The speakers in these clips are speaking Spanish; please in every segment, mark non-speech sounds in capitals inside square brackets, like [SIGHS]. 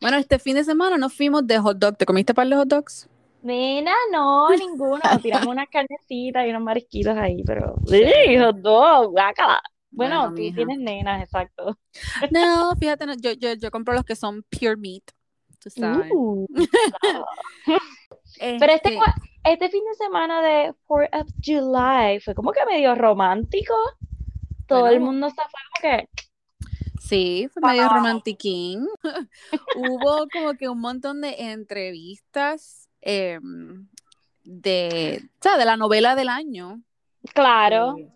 Bueno, este fin de semana nos fuimos de hot dog. ¿Te comiste par de hot [LAUGHS] dogs? Nena, no, ninguno. [LAUGHS] Tiramos unas carnecitas y unos marisquitos ahí, pero. ¡Sí, hot dog! guácala! Bueno, Bueno, tú mija. tienes nenas, exacto. No, fíjate, no, yo, yo, yo compro los que son pure meat. Tú sabes. Uh, pero este, cua- este fin de semana de 4th of July fue como que medio romántico. Todo Bueno. el mundo se fue como que. Sí, fue medio romantiquín. [LAUGHS] Hubo como que un montón de entrevistas eh, de, o sea, de la novela del año, Claro, eh,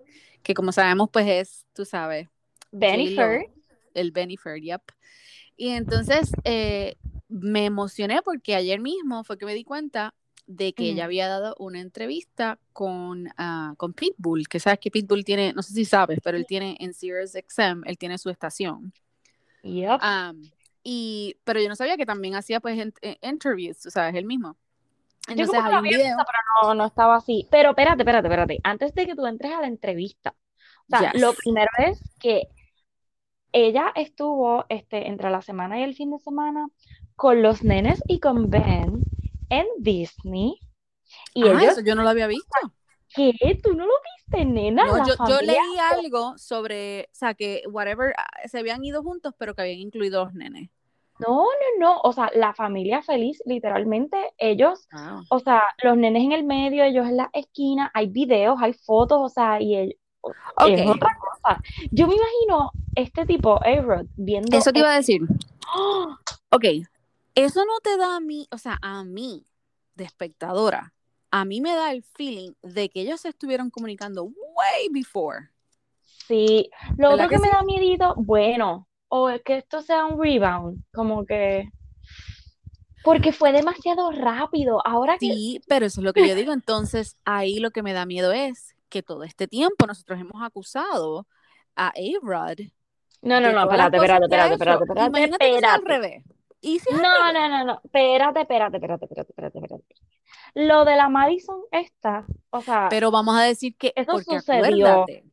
que como sabemos, pues es, tú sabes, Bennifer. el Bennifer, yep. Y entonces eh, me emocioné porque ayer mismo fue que me di cuenta de que ella Ujú. había dado una entrevista con, ah, con Pitbull, que sabes que Pitbull tiene, no sé si sabes, pero él tiene en Sirius XM, él tiene su estación. Yep. Am, y, pero yo no sabía que también hacía pues en- en- interviews, tú sabes, él mismo. Yo Entonces como que hay lo un había video. visto, pero no, no estaba así. Pero espérate, espérate, espérate. Antes de que tú entres a la entrevista, o sea, Yes. lo primero es que ella estuvo este, entre la semana y el fin de semana con los nenes y con Ben en Disney. Y Ah, ellos, eso yo no lo había visto. ¿qué? ¿Tú no lo viste, nena? No, La yo, yo familia- leí algo sobre, o sea, que whatever, ah, se habían ido juntos, pero que habían incluido los nenes. No, no, no. O sea, la familia feliz, literalmente, ellos, o sea, los nenes en el medio, ellos en la esquina, hay videos, hay fotos, o sea, y ellos. Es Ok, otra cosa. Yo me imagino este tipo, A-Rod, viendo. eso te iba a decir. ¡Oh! Ok, eso no te da a mí, o sea, a mí, de espectadora, a mí me da el feeling de que ellos se estuvieron comunicando way before. [GASPS] Sí. Lo ¿Verdad otro que que me da miedito, bueno, o es que esto sea un rebound, como que. Porque fue demasiado rápido. Ahora que. Sí, pero eso es lo que yo digo. Entonces, ahí lo que me da miedo es que todo este tiempo nosotros hemos acusado a A-Rod. No, no, de no, todas las cosas espérate, espérate, que ha espérate, espérate, hecho. espérate, Imagínate que sea al espérate. revés. ¿Y si es al No, revés? no, no, no. Espérate, espérate, espérate, espérate, espérate, espérate. Lo de la Madison, esta, o sea, Pero vamos a decir que, Ah. Eso porque sucedió. acuérdate,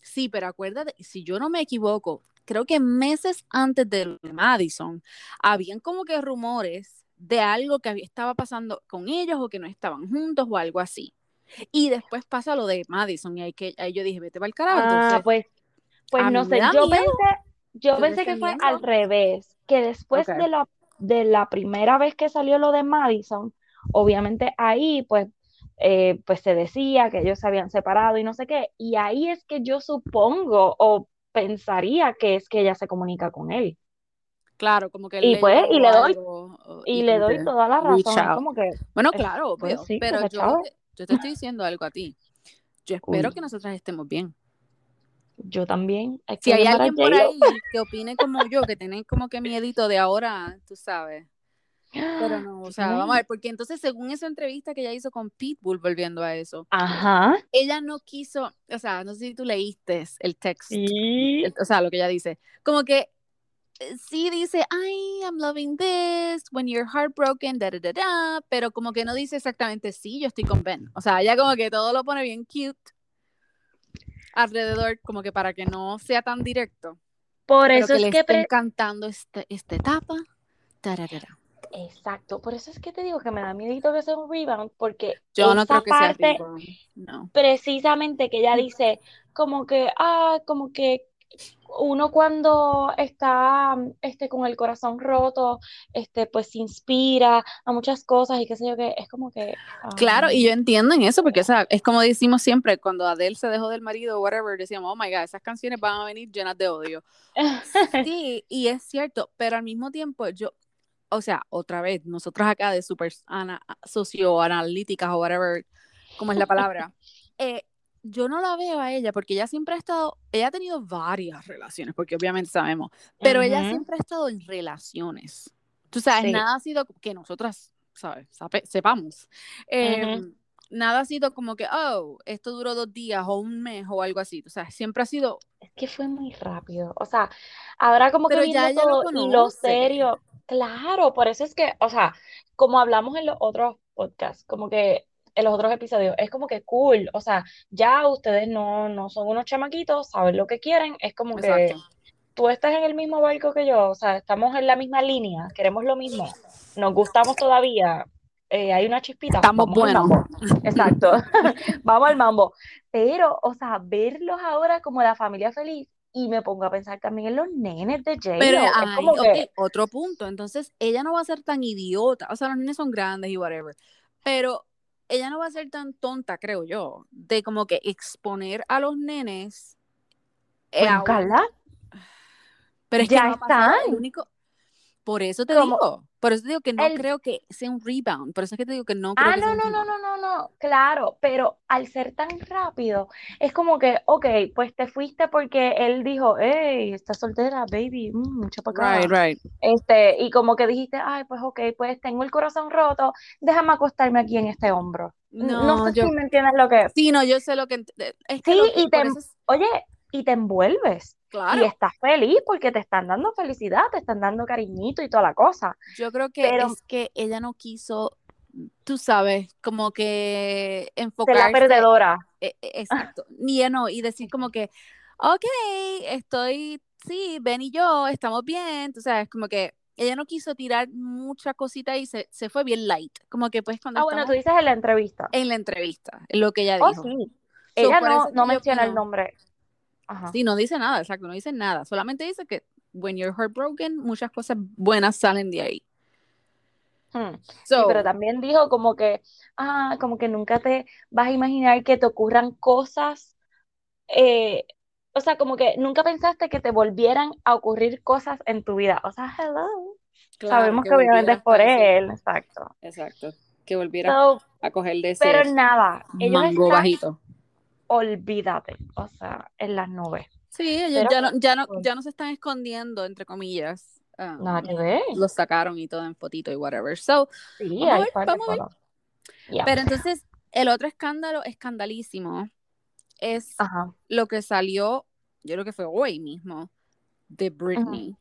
sí, pero acuérdate, si yo no me equivoco, creo que meses antes de Madison, habían como que rumores de algo que había- estaba pasando con ellos o que no estaban juntos o algo así. Y después pasa lo de Madison y ahí, que, ahí yo dije, vete para el carajo. Ah, entonces, pues, pues a no mí sé, me da yo miedo. pensé, yo Yo pensé que pensé fue en al eso. revés, que después Ok. de la, de la primera vez que salió lo de Madison, obviamente ahí pues, eh, pues se decía que ellos se habían separado y no sé qué, y ahí es que yo supongo o pensaría que es que ella se comunica con él. Claro, como que él Y le pues, llegó y le doy, algo, o- y le como doy que toda la reach razón, es out. como que, Bueno, es- claro, pues obvio, sí, pero porque yo chavo, te, yo te estoy diciendo algo a ti. Yo espero uy, que nosotras estemos bien. yo también, es Si que hay yo para alguien por ahí que opine como yo, que tiene como que miedito de ahora, tú sabes. "Ah, Pero no, o sea, vamos a ver, porque entonces según esa entrevista que ella hizo con Pitbull, volviendo a eso, Ajá. ella no quiso, o sea, no sé si tú leíste el texto, Sí. el- o sea, lo que ella dice, como que eh, sí dice, ay, I'm loving this, when you're heartbroken, da, da, da, da, pero como que no dice exactamente, sí, yo estoy con Ben. O sea, ella como que todo lo pone bien cute alrededor, como que para que no sea tan directo, Por pero eso que es le que estén pre- cantando este, esta etapa. da, da, da, da. Exacto, por eso es que te digo que me da miedito que sea un rebound, porque Yo no esa creo que sea parte rebound, no. precisamente que ella dice, como que, ah, como que uno cuando está este, con el corazón roto, este, pues se inspira a muchas cosas y qué sé yo qué, es como que, Claro, y ah, yo entiendo en eso, porque o sea, es como decimos siempre, cuando Adele se dejó del marido, whatever, decíamos, oh my God, esas canciones van a venir llenas de [LAUGHS] odio. Sí, y es cierto, pero al mismo tiempo yo, o sea, otra vez, nosotros acá de super ana- socioanalíticas o whatever, como es la [LAUGHS] palabra, eh, yo no la veo a ella porque ella siempre ha estado, ella ha tenido varias relaciones, porque obviamente sabemos, pero ella Ujú, siempre ha estado en relaciones. Tú sabes, sí, nada ha sido que nosotras, ¿sabes? Sape- sepamos. Eh, ujú, nada ha sido como que, oh, esto duró dos días o un mes o algo así. O sea, siempre ha sido, Es que fue muy rápido, o sea, ahora como que pero ya viendo ella lo todo y lo conoce. serio, claro, por eso es que, o sea, como hablamos en los otros podcasts, como que en los otros episodios, es como que cool, o sea, ya ustedes no, no son unos chamaquitos, saben lo que quieren, es como que, Exacto. tú estás en el mismo barco que yo, o sea, estamos en la misma línea, queremos lo mismo, nos gustamos todavía, eh, hay una chispita. Estamos vamos al buenos. [LAUGHS] mambo. Exacto, [LAUGHS] vamos al mambo. Pero, o sea, verlos ahora como la familia feliz y me pongo a pensar también en los nenes de J-Lo. Pero, es ay, como que, ok, eh, otro punto. Entonces, ella no va a ser tan idiota. O sea, los nenes son grandes y whatever. Pero ella no va a ser tan tonta, creo yo, de como que exponer a los nenes. eh, pues, a- Carla, pero es que ya no ha pasado, están. el único. Por eso te Como- digo. Por eso te digo que no El- creo que sea un rebound. Por eso es que te digo que no creo Ah, que no, sea un no, no, rebound. no, no, no, claro, pero al ser tan rápido, es como que, ok, pues te fuiste porque él dijo, hey, estás soltera, baby, mm, mucho para acá. Right, right. Este, y como que dijiste, ay, pues ok, pues tengo el corazón roto, déjame acostarme aquí en este hombro. N- No, No sé yo. si me entiendes lo que es. Sí, no, yo sé lo que. ent- Es que Sí, lo que- y por te- eso es- Oye, y te envuelves, claro. y estás feliz porque te están dando felicidad, te están dando cariñito y toda la cosa. Yo creo que Pero- es que ella no quiso, tú sabes, como que De la enfocarse. perdedora. e- [LAUGHS] Ah. e- exacto. Ni ella no, y decir como que, ok, estoy, sí, Ben y yo estamos bien. Tú sabes, como que ella no quiso tirar mucha cosita y se, se fue bien light. Como que pues cuando Ah, bueno, tú estamos dices en la entrevista. en la entrevista, lo que ella Oh, dijo. sí. So, Ella por no, eso es no que yo menciona el opino- nombre. Ajá. Sí, no dice nada, exacto, no dice nada. Solamente dice que when you're heartbroken, muchas cosas buenas salen de ahí. Hmm. Sí, So, pero también dijo como que, ah, como que nunca te vas a imaginar que te ocurran cosas, eh, o sea, como que nunca pensaste que te volvieran a ocurrir cosas en tu vida. O sea, hello. claro, Sabemos que, volviera obviamente es hasta por decir- él, exacto. Exacto, que volviera So, a coger de ese pero nada, ellos mango están, bajito. olvídate, o sea, en las nubes. Sí, ellos Pero- pues, ya no, ya, no, ya no se están escondiendo, entre comillas. Ah, Nada que ver. los sacaron y todo en fotito y whatever. So, Sí, Vamos a hay ver, par de vamos a ver. cosas. Ya. pero entonces, el otro escándalo, escandalísimo, es Ajá. lo que salió, yo creo que fue hoy mismo, de Britney.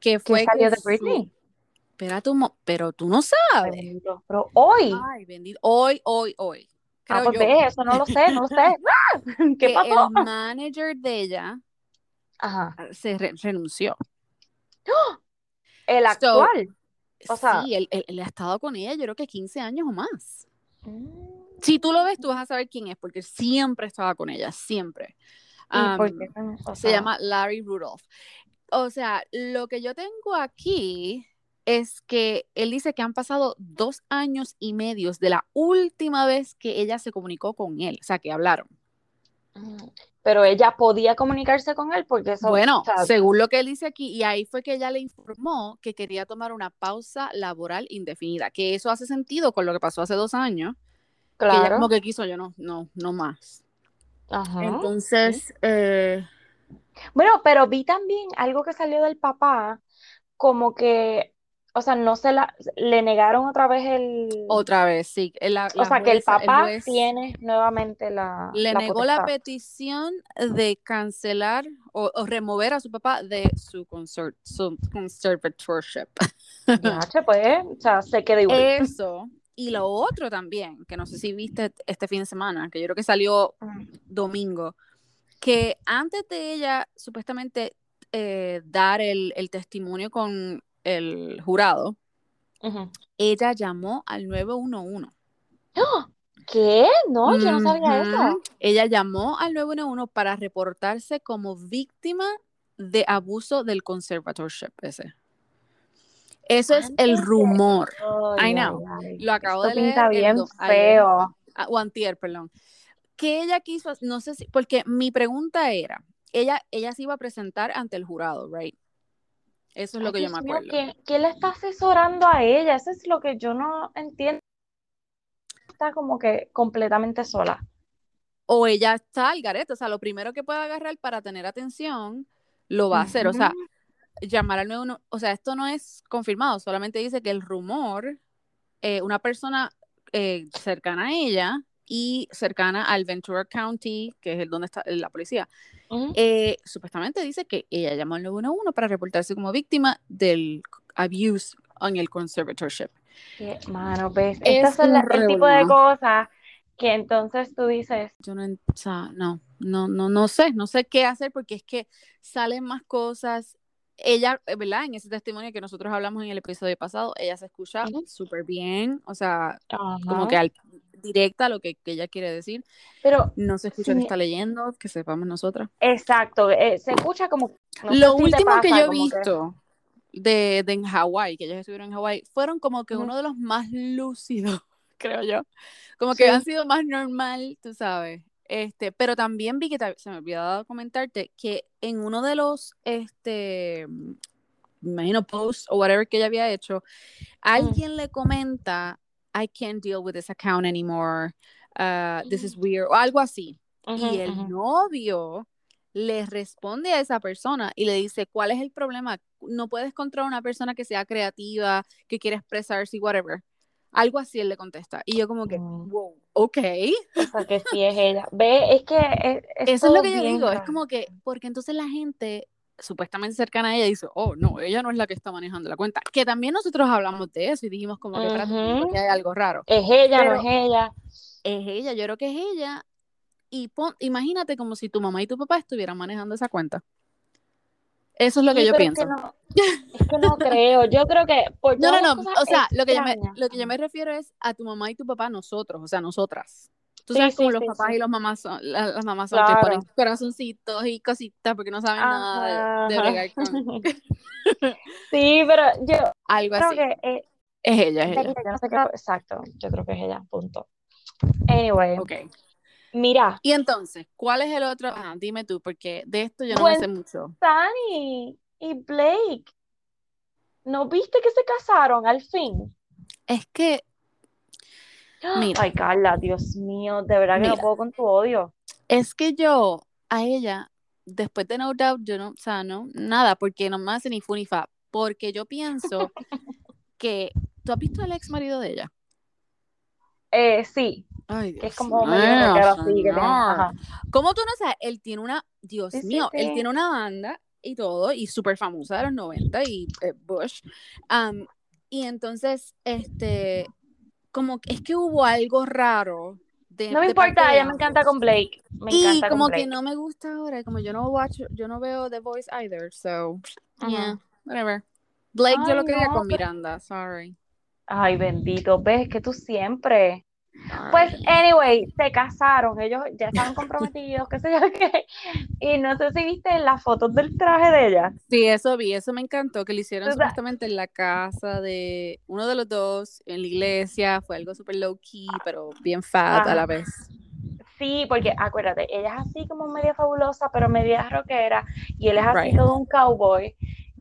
Que ¿Qué fue salió que de Britney? su- Espera tu mo- pero tú no sabes. Bendito, Pero hoy. Ay, bendito. Hoy, hoy, hoy. Pues, Ah, Ah, Creo pues yo ve, eso no lo sé, no lo sé. [LAUGHS] [LAUGHS] ¡Ah! ¿Qué que eh, pasó? [LAUGHS] el manager de ella Ajá. se re- renunció. El So, actual. O sea- sí, él, él- él ha estado con ella, yo creo que 15 años o más. um, Mm, Si tú lo ves, tú vas a saber quién es, porque siempre estaba con ella, siempre. ¿Y por Um, qué? no? O se sea, llama Larry Rudolph. O sea, lo que yo tengo aquí es que él dice que han pasado dos años y medios de la última vez que ella se comunicó con él, o sea, que hablaron. mm, Pero ella podía comunicarse con él porque eso. Bueno, o sea, según lo que él dice aquí, y ahí fue que ella le informó que quería tomar una pausa laboral indefinida, que eso hace sentido con lo que pasó hace dos años, que ella claro. Ah, como que quiso, yo no, no, no más. Ajá. Entonces, eh, Bueno, pero vi también algo que salió del papá, como que, o sea, no se la, le negaron otra vez el, otra vez, sí, eh, la, o la sea, que el jueza, papá juez tiene nuevamente la, le la negó la potestad. petición de cancelar o, o remover a su papá de su, consort, su conservatorship. Diache, pues, o sea, se quedó Eh, igual. Eso. Y lo otro también, que no sé si viste este fin de semana, que yo creo que salió Mm, domingo, que antes de ella supuestamente eh, dar el, el testimonio con el jurado, Ujú. ella llamó al 911. ¡Ah! ¿Qué? No, Oh, yo no sabía eso. Ujú. Ella llamó al 911 para reportarse como víctima de abuso del conservatorship ese. Eso es el Antes de- rumor. I Ay, ay, know. ay. Lo acabo Esto de leer pinta el bien do- ayer. feo. ah, o antier, perdón. Que ella quiso, no sé si, porque mi pregunta era, ella, ella se iba a presentar ante el jurado, right? Eso es lo Ay, que yo Dios me mío, acuerdo. ¿quién, quién la está asesorando a ella? Eso es lo que yo no entiendo. Está como que completamente sola. o ella está al garete, o sea, lo primero que pueda agarrar para tener atención, lo va a hacer, o sea, llamar al 911, o sea, esto no es confirmado, solamente dice que el rumor, eh, una persona eh, cercana a ella y cercana al Ventura County, que es el donde está la policía, Ujú. eh, supuestamente dice que ella llamó al 911 para reportarse como víctima del abuse en el conservatorship. Que, Mano, ves, Es estas son un la- el tipo de revolú. cosas que entonces tú dices, Yo no, en- o sea, no, no, no, no sé, no sé qué hacer porque es que salen más cosas. Ella, eh, ¿verdad? En ese testimonio que nosotros hablamos en el episodio pasado, ella se escucha Ujú. súper bien, o sea, Ajá. como que al- directa a lo que, que ella quiere decir. Pero, No se escucha Sí. que está leyendo, que sepamos nosotras. exacto, eh, se escucha como... no sé lo si te último que pasa, yo he como que- visto de, de en Hawái, que ellos estuvieron en Hawái, fueron como que Ujú. uno de los más lúcidos, [LAUGHS] creo yo. Como que Sí. han sido más normal, tú sabes. Este, pero también vi que ta- se me olvidaba comentarte que en uno de los este me imagino posts o whatever que ella había hecho, Mm. alguien le comenta I can't deal with this account anymore. uh, this is weird o algo así. Ujú, Y el ujú. novio le responde a esa persona y le dice, ¿cuál es el problema? No puedes encontrar una persona que sea creativa, que quiera expresarse y whatever. Algo así él le contesta. Y yo como que, Mm, wow, ok. O sea que sí es ella. Ve, es que es, es Eso es lo todo que yo bien digo, es raro. como que, porque entonces la gente supuestamente cercana a ella dice, oh, no, ella no es la que está manejando la cuenta. Que también nosotros hablamos de eso y dijimos como que, espérate un momento, Ujú. que hay algo raro. Es ella, no Pero es ella. es ella, yo creo que es ella. Y pon- imagínate como si tu mamá y tu papá estuvieran manejando esa cuenta. Eso es lo que Sí, yo pero es que pienso. no, es que no creo. Yo creo que por No, todas no, las no. cosas O sea, lo que yo me, extrañas. lo que yo me refiero es a tu mamá y tu papá, nosotros, o sea, nosotras. Tú Sí, sabes cómo sí, los sí, papás sí. y los mamás son, la- las mamás son que ponen Claro. corazoncitos y cositas porque no saben nada de, Ajá. de bregar con Sí, pero yo algo creo así. que eh, Es ella, es de que ella. yo no sé qué. Exacto, yo creo que es ella, punto. Anyway, Ok. mira, Y entonces, ¿cuál es el otro? Ajá, dime tú, porque de esto yo no me Gwen sé mucho. Stefani y Blake, ¿no viste que se casaron al fin? Es que, mira, Ay, Carla, Dios mío, de verdad que no mira. puedo con tu odio. Es que yo a ella, después de No Doubt, yo no, o sea, no, nada, porque no me hace ni fu ni fa, porque yo pienso [LAUGHS] que, ¿tú has visto al ex marido de ella? Eh, sí, Ay, que Dios es como medio mío, rockero así que tiene, señor. ajá. ¿Cómo tú no sabes? Él tiene una, Sí, Dios sí, mío, él sí. tiene una banda y todo, y súper famosa de los 90 y eh, Bush. Am, y entonces, este, como que es que hubo algo raro de, No me de parte importa, de ella me encanta ambos. con Blake, me Y encanta con como que Blake. no me gusta ahora, como yo no watch, yo no veo The Voice either, so Ujú. yeah, whatever. Blake yo Ay, lo quería no, pues con pero... Miranda, sorry. Ay, bendito, ves que tú siempre. Sorry. Pues, anyway, se casaron, ellos [LAUGHS] ya estaban comprometidos, qué sé yo qué. Y no sé si viste las fotos del traje de ella. Sí, eso vi, eso me encantó, que lo hicieron Tú sa- supuestamente en la casa de uno de los dos, en la iglesia, fue algo súper low key, pero bien fat a Ajá. la vez. Sí, porque acuérdate, ella es así como media fabulosa, pero media rockera, y él es así Right. todo un cowboy.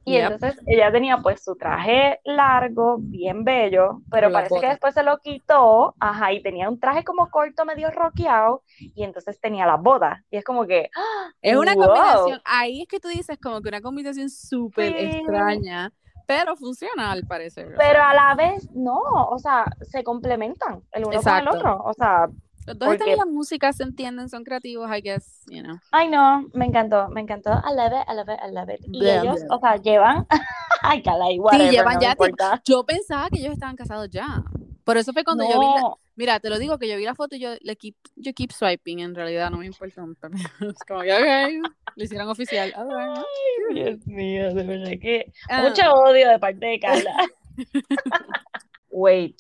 Y Yep, entonces ella tenía pues su traje largo, bien bello, pero con las parece que botas. después se lo quitó, ajá, y tenía un traje como corto, medio rockeado, y entonces tenía las botas. Y es como que, ¡ah! Es una wow, combinación, ahí es que tú dices como que una combinación súper sí, extraña, pero funciona al parecer, o pero sea. a la vez no, o sea, se complementan el uno con el Exacto. otro, o sea, Los dos están en porque la música, se entienden, son creativos, I guess, you know. Ay, no, me encantó, me encantó. I love it, I love it, I love it. Y Blah, ellos, blah, o blah. sea, llevan. [LAUGHS] Ay, cala, y Sí, whatever, llevan no me ya tiempo. importa. Yo pensaba que ellos estaban casados ya. Por eso fue cuando yo vi la... No, Mira, te lo digo, que yo vi la foto y yo le keep, yo keep swiping, en realidad no me importa. un pepino. Es [LAUGHS] como que, ok, lo hicieron oficial. All right, well, Ay, cute. Dios mío, de verdad que mucho Ah. odio de parte de Carla. [LAUGHS] Wait,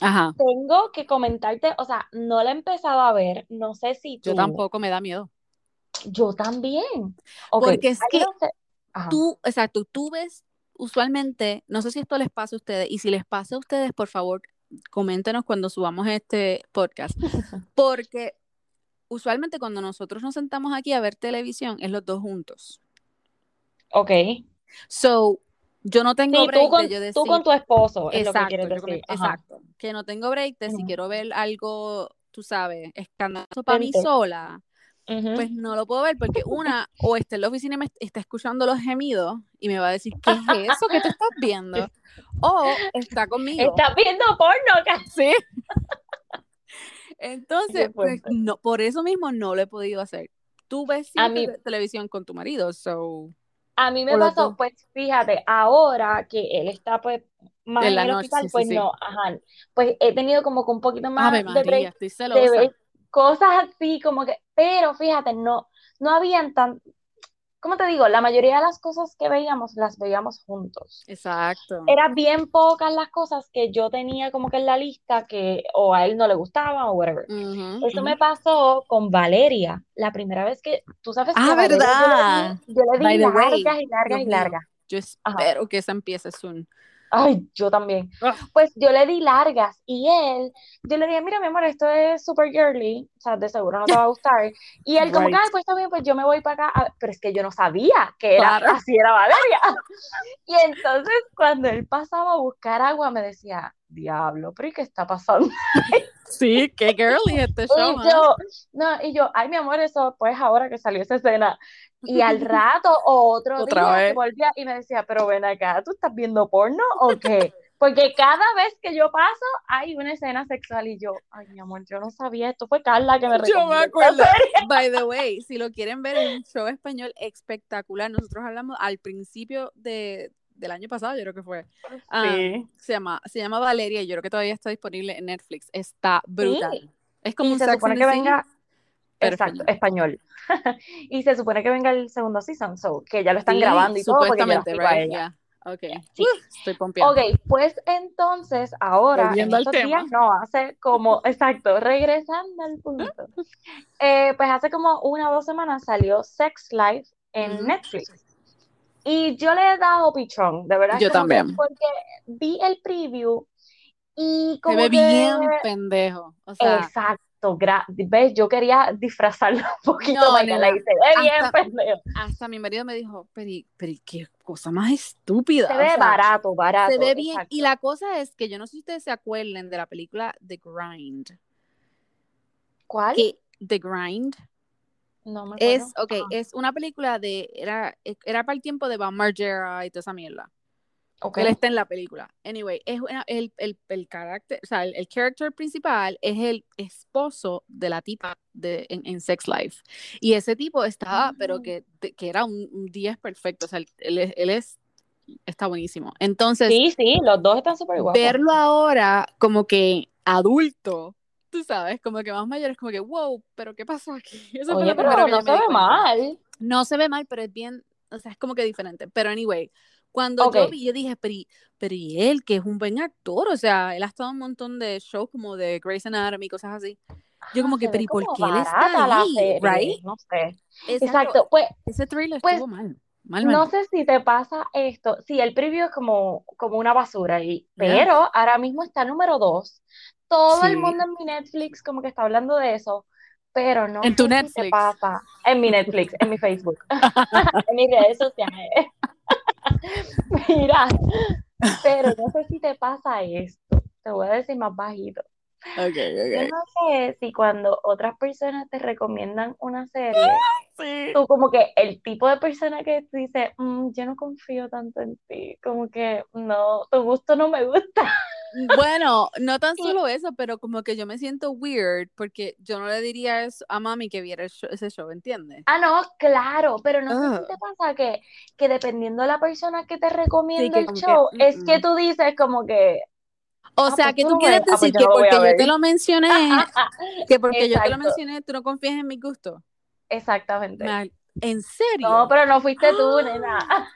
Ajá, tengo que comentarte, o sea, no la he empezado a ver, no sé si yo tú, tampoco me da miedo. yo también. Ok, Porque es hay que una... se- Ajá. tú, exacto, tú ves usualmente, no sé si esto les pasa a ustedes, y si les pasa a ustedes, por favor, coméntenos cuando subamos este [LAUGHS] podcast, porque usualmente cuando nosotros nos sentamos aquí a ver televisión es los dos juntos. Ok. So, yo no tengo Sí, tú break de con, yo tú con decir, tu esposo, es lo que exacto, quieres yo con mi- decir. Ajá. exacto, que no tengo break de si Ujú. quiero ver algo, tú sabes, escandaloso Te para mí entiendo. sola, Ujú. pues no lo puedo ver porque una o está en la oficina y me est- está escuchando los gemidos y me va a decir, ¿qué es eso que tú estás viendo? O está conmigo. Estás viendo porno, Carla. Sí. [LAUGHS] Qué Entonces, pues fuerte. no, por eso mismo no lo he podido hacer. Tú ves A siempre mí, te- televisión con tu marido, so, a mí o me los pasó, dos. pues fíjate, ahora que él está pues más En en la el noche, hospital, sí, sí, pues sí. no, ajá, pues he tenido como que un poquito Ave más de María, break, estoy de break, celosa. cosas así, como que, pero fíjate, no, no habían tan, ¿cómo te digo? La mayoría de las cosas que veíamos las veíamos juntos. Exacto. Eran bien pocas las cosas que yo tenía como que en la lista que o a él no le gustaban o whatever. Uh -huh, Eso uh me pasó con Valeria, la primera vez que, tú sabes que Ah, a Valeria ¿verdad? yo le di, yo le By di the way. largas y largas Dios y mío. largas. Yo Ajá. espero que esa empiece soon. Ay, yo también. Ah. Pues yo le di largas y él, yo le dije, mira, mi amor, esto es super girly, o sea, de seguro no te va a gustar. Y él como que, Right. ay, pues está bien, pues yo me voy para acá. Ah, Pero es que yo no sabía que era, Claro. así era Valeria. [LAUGHS] Y entonces cuando él pasaba a buscar agua me decía, diablo, pero ¿y qué está pasando? Sí, qué girly este show. Y ¿eh? yo, no, y yo, ay, mi amor, eso pues ahora que salió esa escena. [LAUGHS] Y al rato o otro Otra día vez. se volvía y me decía, pero ven acá, ¿tú estás viendo porno o qué? Porque cada vez que yo paso hay una escena sexual y yo, ay, mi amor, yo no sabía, esto fue Carla que me [LAUGHS] Yo me recomendó esta [LAUGHS] acuerdo. serie". By the way, si lo quieren ver, es un show español espectacular. Nosotros hablamos al principio de, del año pasado, yo creo que fue. Ah, Sí. se, llama, se llama Valeria y yo creo que todavía está disponible en Netflix. Está brutal. Sí. Es como Y un se Sex supone and que the venga, City, pero exacto, español. español. [LAUGHS] Y se supone que venga el segundo season, so, que ya lo están Sí, grabando y todo, porque yo las Supuestamente, sigo a right? ella. Yeah. Ok. Sí. Uf, Estoy pompeando. Ok, pues entonces ahora, en Volviendo al estos tema. días, no, hace como, [LAUGHS] exacto, regresando al [LAUGHS] punto, Eh, pues hace como una o dos semanas salió Sex Life en Ujú. Netflix. Y yo le he dado pichón, de verdad, Yo como que también. porque vi el preview y Se como ve que, bien pendejo. O sea, exacto, gra- ves, yo quería disfrazarlo [LAUGHS] un poquito, No, Michael, nena, ahí se ve bien hasta- pendejo. hasta mi marido me dijo, pero, y- pero y qué cosa más estúpida. Se o ve sea, barato, Se barato, ve bien. exacto. Y la cosa es que yo no sé si ustedes se acuerdan de la película The Grind. ¿Cuál? Que The Grind No me acuerdo. es, ok, es una película de, era, e, era para el tiempo de Van Margera y toda esa mierda. Ok. Él está en la película. Anyway, es una- el, el, el carácter, o sea, el, el character principal es el esposo de la tipa de, en, en Sex Life. Y ese tipo estaba, Ah. pero que, que era un, un 10 perfecto. O sea, él, él es- él es, está buenísimo. Entonces, Sí, sí, los dos están súper guapos. verlo ahora como que adulto, tú sabes, como que más mayor, es como que, wow, pero ¿qué pasó aquí? [LAUGHS] Eso fue Oye, lo pero primero que no yo se me di ve cuenta. mal. No se ve mal, pero es bien, o sea, es como que diferente. Pero anyway, cuando Ok. yo vi, yo dije, pero, y- pero y él, que es un buen actor, o sea, él ha estado en un montón de shows como de Grey's Anatomy, cosas así. Yo como Ah, que, se pero ve ¿y por como qué él barata está la ahí? serie, ¿Right? no sé. Exacto. Exacto, pues Ese trailer Pues, estuvo mal, mal, mal. no sé si te pasa esto. Sí, el preview es como, como una basura, y, Yeah. pero ahora mismo está número dos. Todo el Sí. mundo en mi Netflix como que está hablando de eso, pero no En tu sé si te Netflix. pasa en mi Netflix, en mi Facebook, [LAUGHS] en mis redes sociales. [LAUGHS] Mira, pero no sé si te pasa esto. Te voy a decir más bajito. Ok, Yo ok. no sé si cuando otras personas te recomiendan una serie, Sí. tú como que el tipo de persona que dice, "Mm, yo no confío tanto en ti, como que no, tu gusto no me gusta. [LAUGHS] Bueno, no tan Y- solo eso, pero como que yo me siento weird porque yo no le diría eso a mami que viera el show- ese show, ¿entiendes? Ah, no, claro, pero no sé si Ugh. te pasa que, que dependiendo de la persona que te Ah. Sí, recomienda que el como que... show, es mm, que mm. tú dices como que, O ah, sea, pues que tú tú lo ves, quieres ah, pues decir yo que no voy porque a yo ver. te lo [LAUGHS] mencioné, que porque yo te lo Exacto, mencioné, tú no confías en mi gusto. exactamente. Mal. ¿En No, serio? pero no fuiste tú, nena. [LAUGHS] ¡Ah!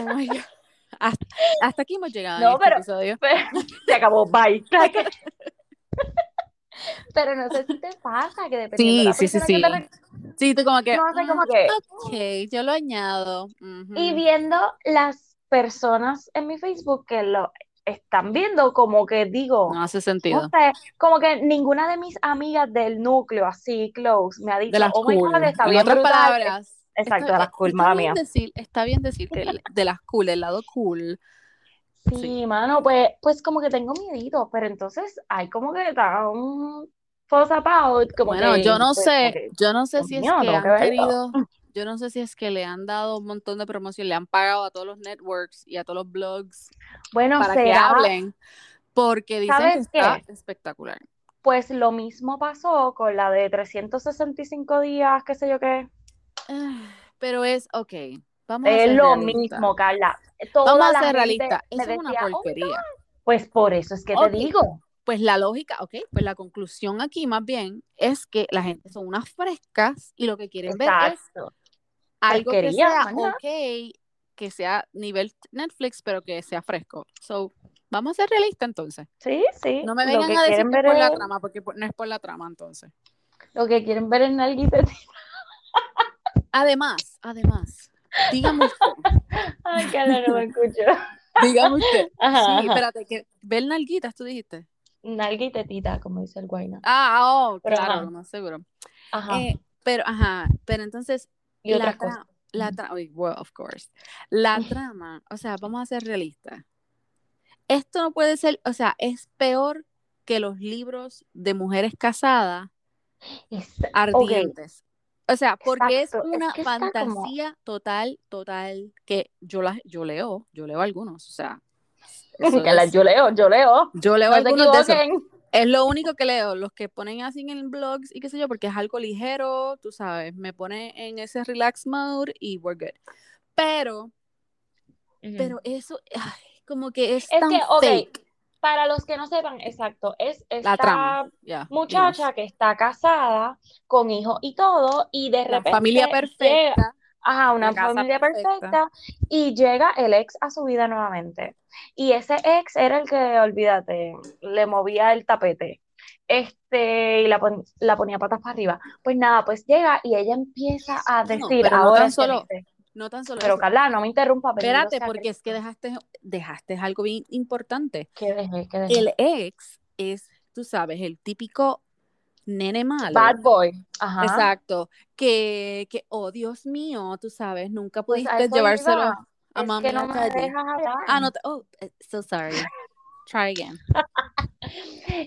Oh my God. Hasta, hasta aquí hemos llegado en No, este pero, episodio. pero se acabó, [LAUGHS] bye. [LAUGHS] Pero no sé si te pasa que dependiendo de Sí, sí, la sí, persona que te sí. recomienda, Sí, tú como que... no sé mm, como que. ok, yo lo añado. Ujú. Y viendo las personas en mi Facebook que lo están viendo, como que digo, No hace no sentido. sé, como que ninguna de mis amigas del núcleo así close me ha De dicho, las oh my cool. God, está En bien otras brutal. Es- palabras, está, Exacto, de las eh, cool, está mala bien mía. decir, está bien decir que el- de las cool, el lado [LAUGHS] cool. Sí. Sí, mano, pues, pues como que tengo miedito, pero entonces hay como que da un false about, como Bueno, yo que, no pues, como sé, que, yo no sé Dios si es mío, que tengo que han verlo. [LAUGHS] querido, yo no sé si es que le han dado un montón de promoción, le han pagado a todos los networks y a todos los blogs Bueno, para que será, hablen, porque dicen que ¿sabes está qué? espectacular. [SIGHS] Pues lo mismo pasó con la de 365 días, qué sé yo qué. Ah, Pero es, ok, vamos a Es ser lo realistas. mismo, Carla. Vamos Toda a la ser gente realistas. me Eso es una decía, oh my God. porquería. Pues por eso es que te Ok, digo. pues la lógica, ok, pues la conclusión aquí más bien es que la gente son unas frescas y lo que quieren Exacto. ver es algo que Porquería, sea ajá. ok, que sea nivel Netflix, pero que sea fresco. So, vamos a ser realistas entonces. Sí, sí. No me Lo vengan que a decir quieren que es ver por la es- trama, porque por- no es por la trama entonces. Lo que quieren ver es nalguita. [LAUGHS] Además, además, dígame [LAUGHS] usted, Ay, que [LAUGHS] no me escucho. dígame usted. Ajá, Sí, ajá. espérate, que ver nalguitas, tú dijiste. Nalga y tetita, como dice el guayna. Ah, oh, Pero, claro, ajá. lo más seguro. Ajá. Eh, pero, ajá, pero entonces y la otras tra- cosas. La trama, well, of course. La trama, o sea, vamos a ser realistas. Esto no puede ser, o sea, es peor que los libros de mujeres casadas [LAUGHS] Es- ardientes. O sea, porque Exacto, es es una que está como- fantasía total, total, que yo las, yo leo, yo leo algunos, o sea. eso [LAUGHS] que la- es- yo leo, yo leo. yo leo No se algunos de esos. equivoquen. Es lo único que leo, los que ponen así en el blogs y qué sé yo, porque es algo ligero, tú sabes, me pone en ese relax mode y we're good. Pero, pero eso, ay, como que es, Mm. Es tan que, ok, fake. Para los que no sepan, exacto, es esta trama, ya, muchacha que está casada, con hijo y todo, y de dinos. la repente familia llega- perfecta, Ajá, una casa familia perfecta. perfecta. Y llega el ex a su vida nuevamente. Y ese ex era el que, olvídate, le movía el tapete. Este, y la, pon- la ponía patas para arriba. Pues nada, pues llega y ella empieza a No, decir, pero no ahora tan es que solo- dice, no tan solo pero eso. Carla, no me interrumpa, Espérate, porque es que dejaste, dejaste algo bien importante. que dejé, que dejé. El ex es, tú sabes, el típico nene malo. Bad boy. Ajá. Exacto, que, que, oh Dios mío, tú sabes, nunca Pues a pudiste eso llevárselo iba. a, a Es mami que no a me Daddy. dejas hablar. Ah, no, te- oh, eh, so sorry. Try again.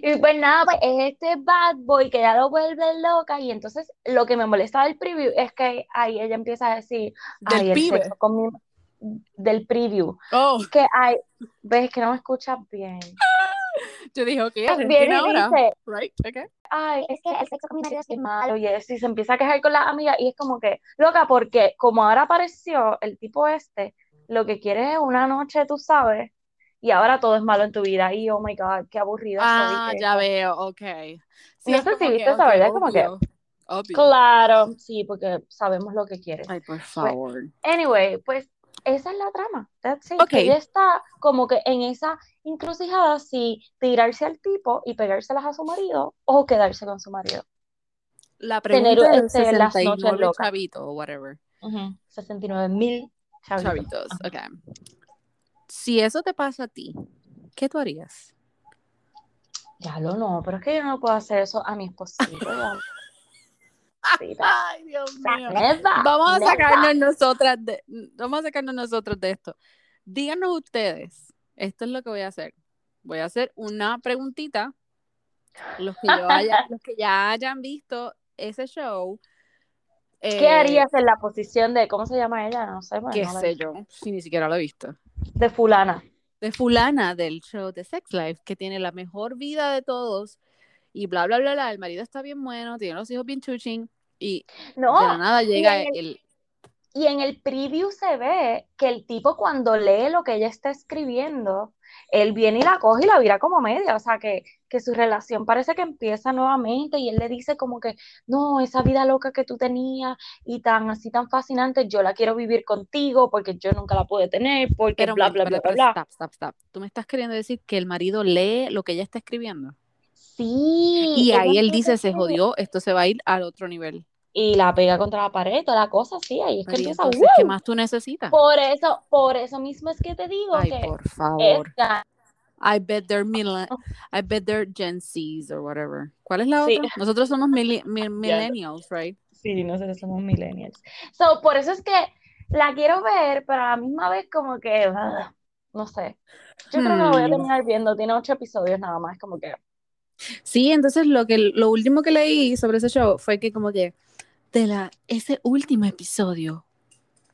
Y pues nada, pues es este bad boy que ya lo vuelve loca y entonces lo que me molesta del preview es que ahí ella empieza a decir, Del ay, el pibe. sexo con mi- del preview, Oh, que ay, ves que no me escuchas bien. yo dije, ok, Pues Argentina Viene y ahora. dice, Right, okay. ay, es que el sexo con mi marido es bien malo y eso, y se empieza a quejar con las amigas y es como que, loca, porque como ahora apareció el tipo este, lo que quiere es una noche, tú sabes, y ahora todo es malo en tu vida y oh my God, qué aburrido Ah, soy. eh. ya veo, ok. Sí, No es sé si como viste que, esa, ok, ¿verdad? Como que- obvio, obvio. Claro, Pues, sí, porque sabemos lo que quieres. Ay, por favor. Anyway, pues esa es la trama. That's it. Ok. Que Ella está como que en esa encrucijada si tirarse al tipo y pegárselas a su marido o quedarse con su marido. La Tener, pregunta del este, las noches 69 locas. chavito o whatever. 69 mil chavitos. Chavitos, ok. Si eso te pasa a ti, ¿qué tú harías? Ya lo no, pero es que yo no puedo hacer eso a mi esposito. ya. Sí, pero- Ay, Dios mío. Never, Vamos a never. sacarnos nosotras de, vamos a sacarnos nosotros de esto. Díganos ustedes, esto es lo que voy a hacer. Voy a hacer una preguntita. Los que, yo haya- [LAUGHS] los que ya hayan visto ese show. eh, ¿Qué harías en la posición de, cómo se llama ella? No sé, bueno, Qué no la- sé yo, si ni siquiera lo he visto. de fulana. De fulana del show de Sex Life, que tiene la mejor vida de todos y bla, bla, bla, bla. El marido está bien bueno, tiene los hijos bien chuching y No, de la nada llega Oh, y en el... Y en el preview se ve que el tipo cuando lee lo que ella está escribiendo, él viene y la coge y la vira como media, o sea que, que su relación parece que empieza nuevamente y él le dice como que, no, esa vida loca que tú tenías y tan así tan fascinante, yo la quiero vivir contigo porque yo nunca la pude tener, porque Pero un bla, momento, bla, bla, bla, espérate, bla. stop, stop, stop. Tú me estás queriendo decir que el marido lee lo que ella está escribiendo. Sí. Y ella ahí él empieza a dice, se escribir". jodió, esto se va a ir al otro nivel. Y la pega contra la pared, toda la cosa, sí, ahí es que Pero, ¿y empieza, entonces, "Woo". ¿qué más tú necesitas? Por eso, por eso mismo es que te digo Ay, que por favor. esta- I bet they're millen- I bet they're Gen Zs or whatever. ¿Cuál es la Sí. otra? Nosotros somos mille- mi- millennials, right? Sí, nosotros somos millennials. So, por eso es que la quiero ver, pero a la misma vez como que, ah, no sé. Yo creo que la voy a Hmm. terminar viendo, tiene ocho episodios nada más, como que, Sí, entonces lo que lo último que leí sobre ese show fue que como que de la ese último episodio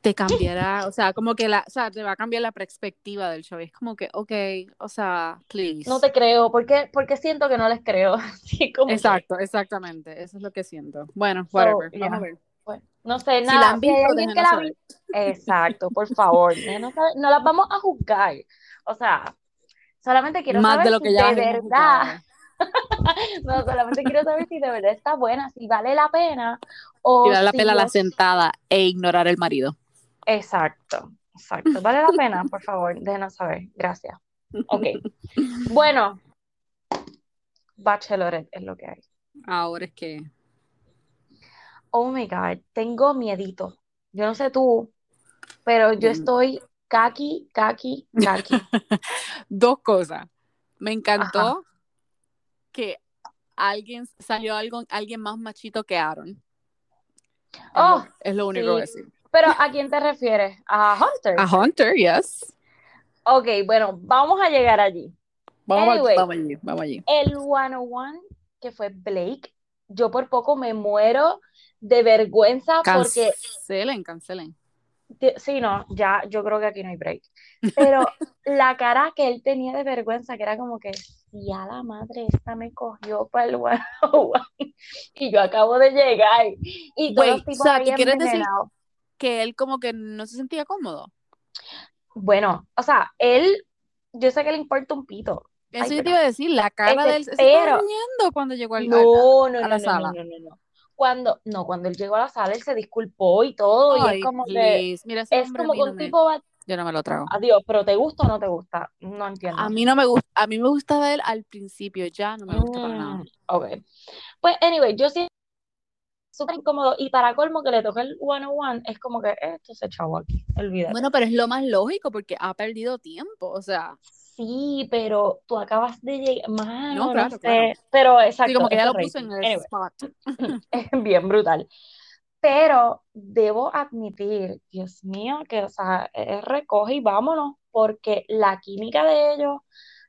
te cambiará, o sea, como que la, o sea, te va a cambiar la perspectiva del show. Es como que, ok, o sea, please. no te creo, porque, porque siento que no les creo. [LAUGHS] Así como que, Exacto, exactamente. Eso es lo que siento. Bueno, whatever. So, Vamos a yeah. ver. bueno, no sé, Si nada. la han si hay visto, alguien que déjenos la vi- Exacto, por [LAUGHS] favor. ya No, sabe- no las vamos a juzgar. O sea, solamente quiero Más saber de lo si que ya de hemos verdad, jugado. [LAUGHS] no, solamente quiero saber si de verdad está buena, si vale la pena. O Y dar la si pela a la los- sentada e ignorar el marido. Exacto, exacto. ¿Vale la pena? Por favor, déjenos saber. Gracias. Ok. Bueno, Bachelorette es lo que hay. Ahora es que. Oh my God, tengo miedito. Yo no sé tú, pero yo Mm. estoy kaki, kaki, kaki. Dos cosas. Me encantó que alguien salió algo, alguien más machito que Aaron. Es lo- Oh, es lo único sí. que decir. Pero ¿a quién te refieres? ¿A Hunter? A Hunter, yes. Ok, bueno, vamos a llegar allí. Vamos, a- Anyway. vamos allí, vamos allí. El 101, que fue Blake, yo por poco me muero de vergüenza porque Cancelen, cancelen. Te- Sí, no, ya, yo creo que aquí no hay break. [LAUGHS] Pero la cara que él tenía de vergüenza, que era como que, si a la madre esta me cogió para el one [LAUGHS] y yo acabo de llegar. Y todos Wait, los tipos o sea, ¿tú ahí quieres decir- envenenados. Que él como que no se sentía cómodo. Bueno, o sea, él, yo sé que le importa un pito. Eso Ay, yo te pero- iba a decir, la cara Ese de él se estaba pero- riendo cuando llegó al al- No, no, a la no, no, no, sala. no, no, no. Cuando, no, cuando él llegó a la sala, él se disculpó y todo, y Ay, es como que, please, mira ese es hombre a como mí que no un me- tipo, va- Yo no me lo trago. adiós, pero ¿te gusta o no te gusta? No entiendo. A mí no me gusta, a mí me gustaba él al principio, ya no me gusta para nada. Mm, ok. Pues, anyway, yo sí. Súper incómodo. Y para colmo que le toque el 101, es como que eh, esto se chavo aquí. Olvídate. Bueno, pero es lo más lógico porque ha perdido tiempo, o sea, sí, pero tú acabas de llegar. Mano, No, no claro, sé. claro. Pero sí, exacto. como que ya eso lo es puso en el rating. Anyway, [LAUGHS] spot. es bien brutal. Pero debo admitir, Dios mío, que, o sea, es recoge y vámonos, porque la química de ellos,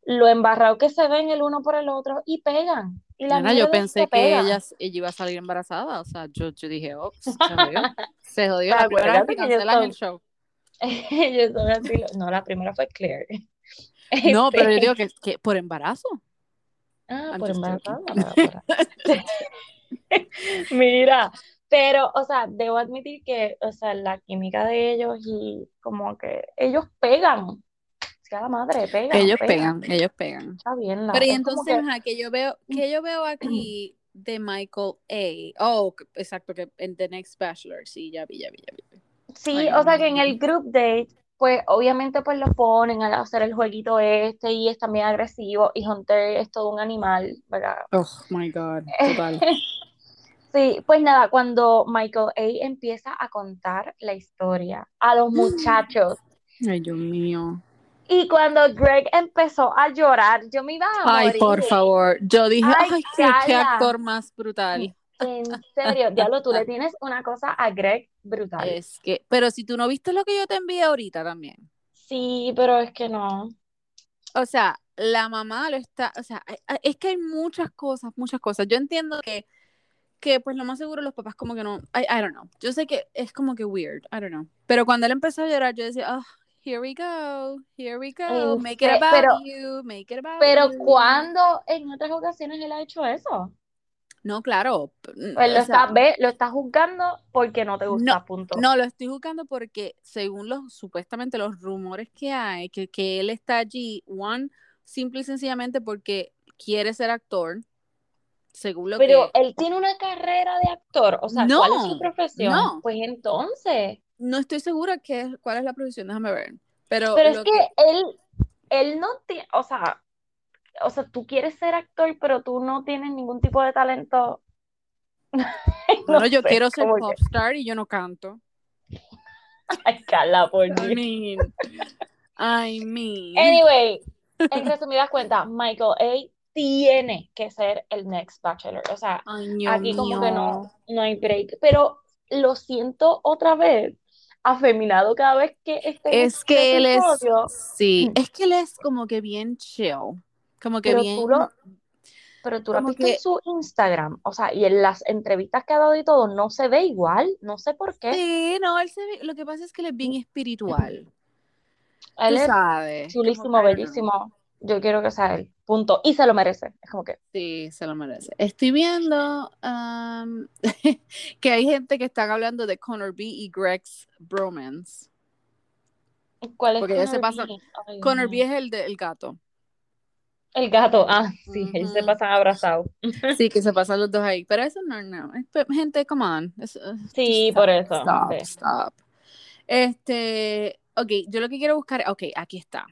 lo embarrado que se ven el uno por el otro, y pegan. Y la Nena, yo mierda pensé se que pega. ella, ella iba a salir embarazada, o sea, yo, yo dije, oh, se [LAUGHS] jodió, se jodió, Pero la primera vez que acuérdate que yo cancelan soy- el [LAUGHS] show. [LAUGHS] Yo soy así, lo- No, la primera fue Claire. [LAUGHS] No, pero yo Este, digo que, que por embarazo. Ah, I'm por just embarazada, joking. embarazada. [LAUGHS] Mira, pero, o sea, debo admitir que, o sea, la química de ellos y como que ellos pegan. Sea la madre, pegan, Ellos pegan. pegan, ellos pegan. Está bien, la- Pero y es como entonces, ajá, que mm. yo veo, que yo veo aquí de Michael A. Oh, que- exacto, que en The Next Bachelor, sí, ya vi, ya vi, ya vi. que- sí, Ay, o sea, que en no. el group date, pues, obviamente, pues, los ponen a hacer el jueguito este y es también agresivo y Hunter es todo un animal, ¿verdad? Oh my God, [LAUGHS] total. Sí, pues nada, cuando Michael A. empieza a contar la historia a [GASPS] los muchachos Ay, Dios mío. y cuando Greg empezó a llorar, yo me iba a Ay, morir. por favor. Yo dije, ay, Ay, qué, qué calla. actor más brutal. En serio, diablo, tú [LAUGHS] le tienes una cosa a Greg brutal. Es que, pero si tú no viste lo que yo te envié ahorita también. Sí, pero es que no. O sea, la mamá lo está, o sea, hay- hay- es que hay muchas cosas, muchas cosas. Yo entiendo que, que pues lo más seguro los papás como que no, I, I don't know. Yo sé que es como que weird, I don't know. Pero cuando él empezó a llorar, yo decía, oh, here we go, here we go, En make it se- about pero- you, make it about Pero you. cuando en otras ocasiones él ha hecho eso, No, claro. pues lo o sea, estás ve, lo estás juzgando porque no te gusta, punto. No, lo estoy juzgando porque según los supuestamente los rumores que hay, que, que él está allí, one, simple y sencillamente porque quiere ser actor, según lo Pero que... él tiene una carrera de actor, o sea, No, ¿cuál es su profesión? no. Pues entonces. No estoy segura qué es- cuál es la profesión, déjame ver. Pero, Pero es lo que [LAUGHS] él, él no tiene, o sea, o sea, tú quieres ser actor, pero tú no tienes ningún tipo de talento. [LAUGHS] bueno, yo sé, quiero ser como que- popstar y yo no [LAUGHS] canto. Ay, Carla, por Dios. I mean, I mean. Anyway, [LAUGHS] en resumidas cuentas, Michael A. tiene que ser el next Bachelor. O sea, Ay, Dios aquí como que mío. no, no hay break. Pero lo siento otra vez, afeminado cada vez que este Es que él es, episodio, sí, Mm. es que él es como que bien chill, como que Pero bien, tú lo- Pero tú lo has Como visto en que- su Instagram, o sea, y en las entrevistas que ha dado y todo, no se ve igual, no sé por qué. Sí, no, él se ve- lo que pasa es que él es [LAUGHS] bien espiritual, tú Él es sabes. como chulísimo, que- bellísimo. Yo quiero que sea él, punto. Y se lo merece. Es como que, Sí, se lo merece. Estoy viendo um, [LAUGHS] que hay gente que están hablando de Connor B y Greg's bromance. ¿cuál es Porque ya se Connor pasan- B? Ay, Connor no. [LAUGHS] B es el del gato. El gato, ah, sí, uh -huh. ellos se pasan abrazados. Sí, que se pasan los dos ahí, pero eso no, no, gente, come on. Eso, eh, sí, stop, por eso. Stop, sí. stop. Este, ok, yo lo que quiero buscar, ok, aquí está.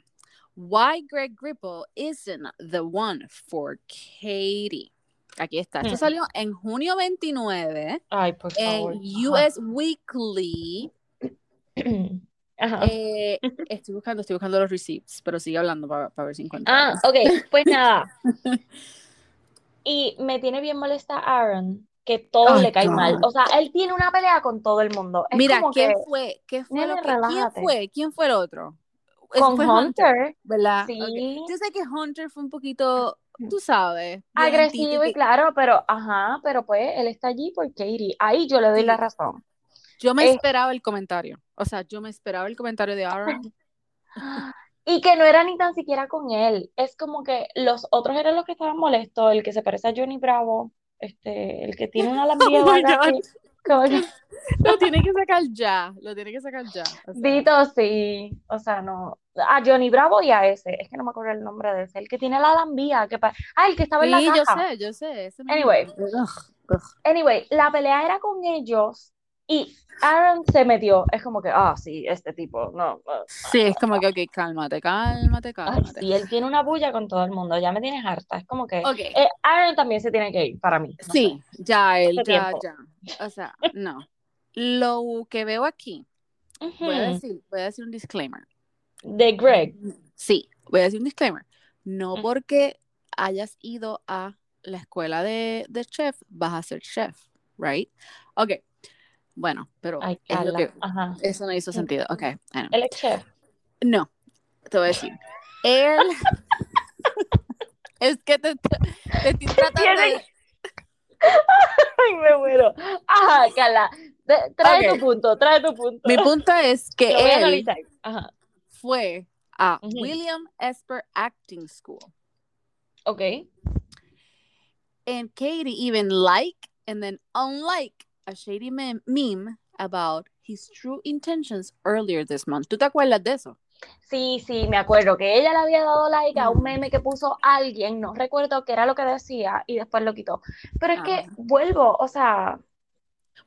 Why Greg Gripple isn't the one for Katie. Aquí está. Hmm. Esto salió en junio 29. Ay, por favor. En [CLEARS THROAT] US Weekly. Ah. Ajá. Eh, estoy buscando, estoy buscando los receipts, pero sigue hablando para pa ver si encuentro. Ah, [LAUGHS] ok, pues nada. y me tiene bien molesta Aaron, que todo oh, le cae God. mal. O sea, él tiene una pelea con todo el mundo. Es Mira, como ¿quién que, fue? ¿Qué fue lo que, ¿Quién fue? ¿Quién fue el otro? Con Hunter, Hunter, ¿verdad? Sí. Okay. Yo sé que Hunter fue un poquito tú sabes. Agresivo y claro, pero, ajá, pero pues él está allí por Katie. Ahí yo le doy la razón. Yo me eh, esperaba el comentario. O sea, yo me esperaba el comentario de Aaron. [LAUGHS] Y que no era ni tan siquiera con él. Es como que los otros eran los que estaban molestos. El que se parece a Johnny Bravo, este, el que tiene [LAUGHS] una lambida. Oh lo tiene que sacar ya, lo tiene que sacar ya. O sea, Dito, sí, o sea, no. A Johnny Bravo y a ese, es que no me acuerdo el nombre de ese, el que tiene la lambía, que pa... ah, el que estaba en sí, la caja. Sí, yo sé, yo sé. Ese anyway, ugh, ugh. anyway, la pelea era con ellos y Aaron se metió, es como que, ah, oh, sí, este tipo, no. Uh, sí, es como que, ok, cálmate, cálmate, cálmate. Y sí, él tiene una bulla con todo el mundo, ya me tienes harta, es como que okay. eh, Aaron también se tiene que ir, para mí. No sí, sé. ya él, este ya, tiempo. ya. O sea, no. Lo que veo aquí, uh -huh. voy, a Hmm. decir, voy a decir un disclaimer. De Greg. Sí, voy a decir un disclaimer. Hmm. No porque hayas ido a la escuela de, de chef, vas a ser chef, right? Ok. Bueno, pero Ay, es lo que, Ajá. eso no hizo sentido. Ok. ¿Él es [LAUGHS] chef? No, te voy a decir. Él. [LAUGHS] es que te, te [LAUGHS] estoy tratando de... Ay, me muero. Ajá, Carla. De, trae okay. tu punto, trae tu punto. Mi punto es que Lo voy a él analizar. Ajá. fue a uh -huh. William Esper Acting School. Ok. And Katie even like and then unlike a shady mem meme about his true intentions earlier this month. ¿Tú te acuerdas de eso? Sí, sí, me acuerdo que ella le había dado like a Mm. un meme que puso alguien, no recuerdo qué era lo que decía y después lo quitó. Pero es ah. que vuelvo, o sea...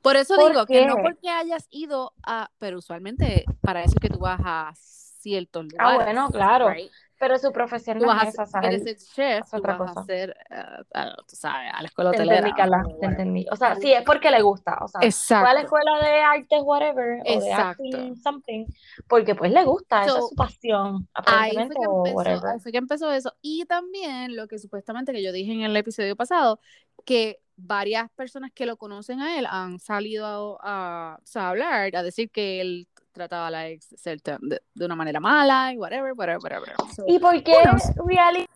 Por eso ¿por digo qué? que no porque hayas ido a... Pero usualmente para eso es que tú vas a ciertos lugares. Ah, bueno, claro. Right? Pero su profesión no es esa, ¿sabes? Eres chef, es otra vas cosa. a hacer, uh, uh, tú sabes, a la escuela hotelera. Entendí, Carla, te bueno. entendí. O sea, sí, es porque le gusta. O sea, Exacto. fue a la escuela de artes, whatever, o de Exacto. acting, something, porque pues le gusta, so, esa es su pasión, aparentemente, ahí fue, que empezó, whatever. ahí fue que empezó eso. Y también lo que supuestamente que yo dije en el episodio pasado, que varias personas que lo conocen a él han salido a, a, a hablar, a decir que él trataba a la ex de, de, una manera mala y whatever, whatever, whatever. So, ¿Y por qué bueno, reality